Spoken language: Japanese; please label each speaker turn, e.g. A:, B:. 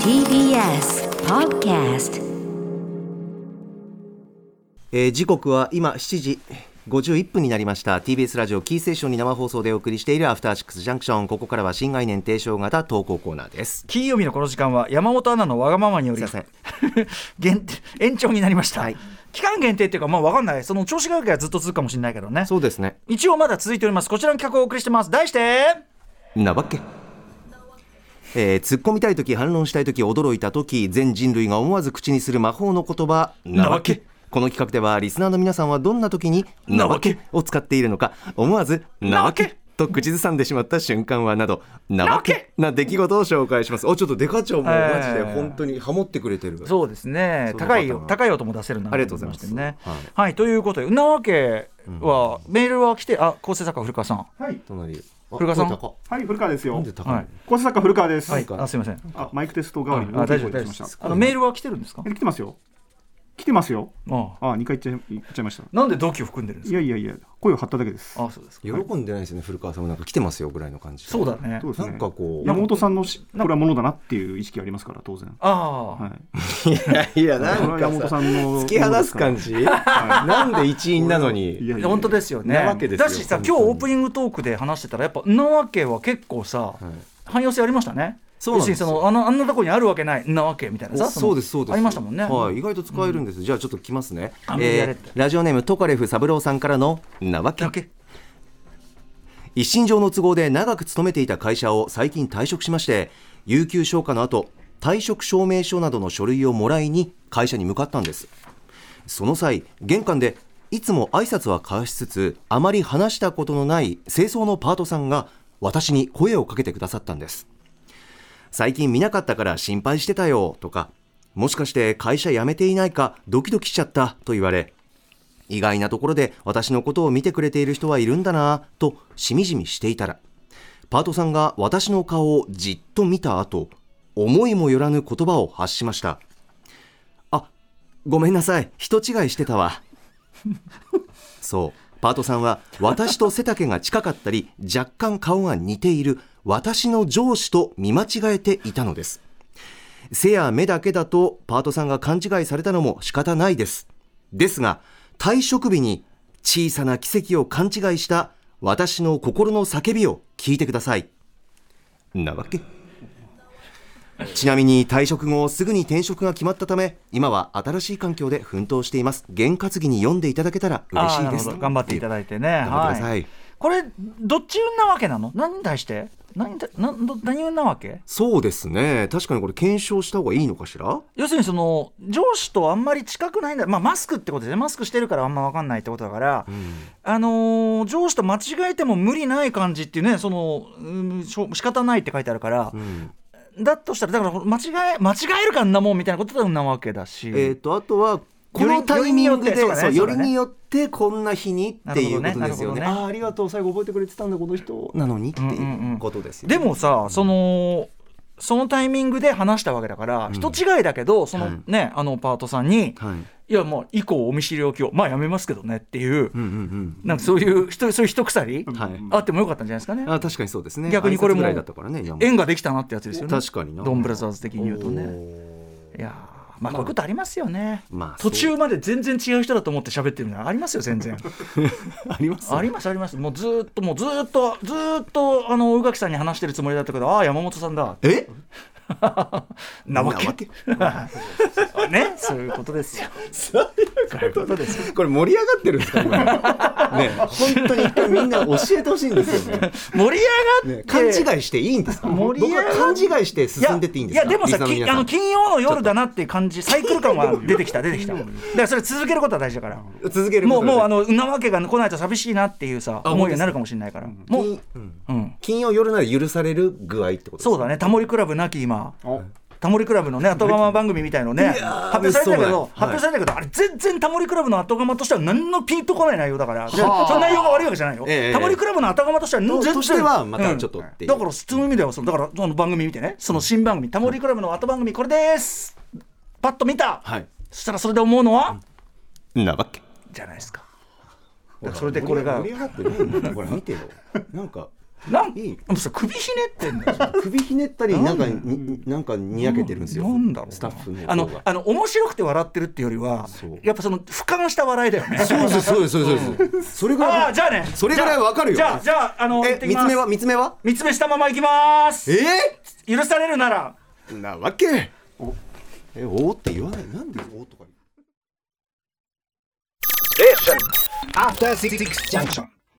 A: TBS Podcast
B: えー時刻は今7時51分になりました TBS ラジオキーステーションに生放送でお送りしているアフターシックスジャンクションここからは新概念提唱型投稿コーナーです
C: 金曜日のこの時間は山本アナのわがままにより
B: すいません
C: 限定延長になりました、
B: はい
C: 期間限定っていうかまあわかんないその調子が悪いからずっと続くかもしれないけどね
B: そうですね
C: 一応まだ続いておりますこちらの企画をお送りしてます題して
B: なわけえー、突っ込みたい時反論したい時驚いた時全人類が思わず口にする魔法の言葉な
C: な
B: わ
C: わ
B: け
C: け
B: この企画ではリスナーの皆さんはどんな時に「な
C: な
B: わ
C: わけ
B: け」を使っているのか思わず「なわ
C: なわ
B: け
C: け」
B: と口ずさんでしまった瞬間はなど「なわ
C: わけ
B: け」な出来事を紹介しますおちょっとデカ長も
C: え
B: マジ
C: ー
B: で本当にハモってくれてる
C: そうですね
B: そう
C: 高
B: パター
C: いよ
B: ン
C: 高い音も出せるな
B: ありがとうございます
C: と思ね
B: は
C: はいい、ということでなわけは、メールは来てあ構成作家古川さん
D: はい、
B: 隣あ
C: 古川さん
B: 声高
D: はい、古川です
B: な
D: よ
B: んで。高いの、
C: はい、
D: 小瀬坂古川です。
C: はい
B: か
C: あすいません
D: あ、マイクテスト代わりに
C: あ
D: 大
C: 大
D: きい
C: 丈夫
D: 声
C: 大
D: 出
C: 丈
D: し
C: 夫で
D: まし
C: す
D: た。
C: あのメールは来てるんですか
D: え来てますよ。来てますよ。
C: ああ
D: あ、二回言っちゃい言っちゃいました。
C: なんで同期を含んでるんで
D: い
C: すか
D: やいやいや、声を張っただけです。
C: あそうですか
B: 喜んでないですよね古川さんもなんか来てますよぐらいの感じ
C: そうだね
D: そうですね
B: なんかこう
D: 山本さんのしこれはものだなっていう意識ありますから当然。
C: ああ、
D: はい。
B: いや いやな
D: これ
B: ん
D: は
B: か
D: 山本さ
B: さ
D: んの
B: 突き放す感じ
D: は
B: なんで一員なの
D: い。い
B: に
D: やいや
C: 本当ですよね。
B: なわけですよ
C: だしさ
B: 本当
C: 今
B: に
C: 日オープニングトークで話してたらやっぱ「なわけ」は結構さ、汎用性ありましたね。
B: そうなんですよ
C: 要するにそのあのあんなとこにあるわけない「なわけ」みたいなさ
B: お
C: の
B: そうですそうです
C: ありましたもんね。
B: はい意外と使えるんです、じゃあちょっと来ますね
C: あ、やれ
B: え
C: って
B: ー、ラジオネームトカレフ三郎さんからのなわけ
C: なわけ
B: 一身上の都合で長く勤めていた会社を最近退職しまして有給消化の後退職証明書などの書類をもらいに会社に向かったんですその際玄関でいつも挨拶は交わしつつあまり話したことのない清掃のパートさんが私に声をかけてくださったんです最近見なかったから心配してたよとかもしかして会社辞めていないかドキドキしちゃったと言われ意外なところで私のことを見てくれている人はいるんだなぁとしみじみしていたらパートさんが私の顔をじっと見た後思いもよらぬ言葉を発しましたあごめんなさい人違いしてたわそうパートさんは私と背丈が近かったり若干顔が似ている私の上司と見間違えていたのです背や目だけだとパートさんが勘違いされたのも仕方ないです。ですが、退職日に小さな奇跡を勘違いした私の心の叫びを聞いてください。なわけ。ちなみに退職後すぐに転職が決まったため今は新しい環境で奮闘しています験担ぎに読んでいただけたら嬉しいで
C: あーなるほ
B: す
C: ど頑張っていただいてね。
B: 頑張ってください、
C: はい。これどっちなわけなの？何に対して？何に対なんど何なわけ？
B: そうですね確かにこれ検証した方がいいのかしら
C: 要するにその上司とあんまり近くないんだ、まあ、マスクってことでねマスクしてるからあんま分かんないってことだから、あのー上司と間違えても無理ない感じっていうねその、うん、しょ仕方ないって書いてあるから、だとしたらだから間違え間違えるかんなもんみたいなことなわけだし、
B: えー、とあとはこのタイミングで
C: よりによって
B: そう
C: そ
B: よ
C: うだ
B: り
C: ね
B: によってこんな日にっていうことですよね
C: なるほどねなるほどね
B: あーありがとう最後覚えてくれてたんだこの人なのにっていうことですよね、
C: でもさそのそのタイミングで話したわけだから、人違いだけどその、
B: はい
C: ねあのパートさんに、
B: はい
C: い、やもう以降お見知りおきをまあやめますけどねっていう、
B: うんうん
C: なんかそういうひとそういう一鎖、
B: うんはい
C: あってもよかったんじゃないですかね。
B: あー確かにそうですね
C: 逆にこれも
B: 挨拶ぐらいだったからねいやもう
C: 縁ができたなってやつですよね
B: 確かにな
C: ドンブラザーズ的に言うと
B: お
C: ね
B: ー
C: いやーまあこういうことありますよね、
B: まあ
C: 途中まで全然違う人だと思って喋ってるみたいなのありますよ全 然
B: あります
C: ありますありますもうずーっともうずーっとずーっとあの宇垣さんに話してるつもりだったけどああ山本さん だ
B: え
C: なわけ
B: なわけ
C: ねそういうことですよそういうことですよ
B: これ盛り上がってるんですか今ね 本当に一回みんな教えてほしいんですよね
C: 盛り上が
B: ね
C: って、
B: 勘違いしていいんですか
C: 盛り上が
B: 僕は勘違いして進んでっていいんですか
C: ややでも
B: リ
C: さ
B: スナーの
C: き
B: 皆
C: あ
B: ん
C: の金曜の夜だなっていう感じサイクル感は出てきた出てきただからそれ続けることは大事だから
B: 続ける
C: もうもうあ
B: の
C: のなわけが来ないと寂しいなっていうさ
B: あ
C: 思いになるかもしれないからもう、うん、
B: 金曜夜なら許される具合ってことです
C: そうだね「タモリクラブ」なき今
D: お
C: 「タモリクラブ」のね後釜番組みたいのね発表さ
B: 嬉しそう
C: れたけ
B: だね
C: ど、
B: はい
C: 発表されたけどあれ全然「タモリクラブ」の後釜としては何のピンとこない内容だからでその内容が悪いわけじゃないよ、
B: ええ
C: タモリクラブの後釜としては全然
B: としてはまたちょっとっていう
C: だからその意味ではそのだからその番組見てねその新番組「タモリクラブ」の後番組これですパッと見た、
B: はい
C: そしたらそれで思うのは、
B: なわけ
C: じゃないですかだからそれでこれが
B: 盛り上がってないんだよほら見てよなんか
C: なん
B: いい
C: もうさ首ひねってん だよ
B: 首ひねったりなんか
C: な
B: になんかにやけてるんですよ
C: なんだろうな
B: スタッフの方が
C: あのあの面白くて笑ってるっていうよりは
B: そう
C: やっぱその俯瞰した笑いだよね
B: そうですそうですそうですそうですそれぐ
C: あ
B: ら
C: あ
B: い
C: じゃあね
B: それぐらいわかるよ
C: じゃあじゃああの行っ
B: え
C: てき
B: 見つ
C: ます
B: めは見つめは
C: 見つめしたまま行きます
B: え
C: 許されるなら
B: ー、なわけえおーって言わないなんでおーとか言う
E: After Six Junction.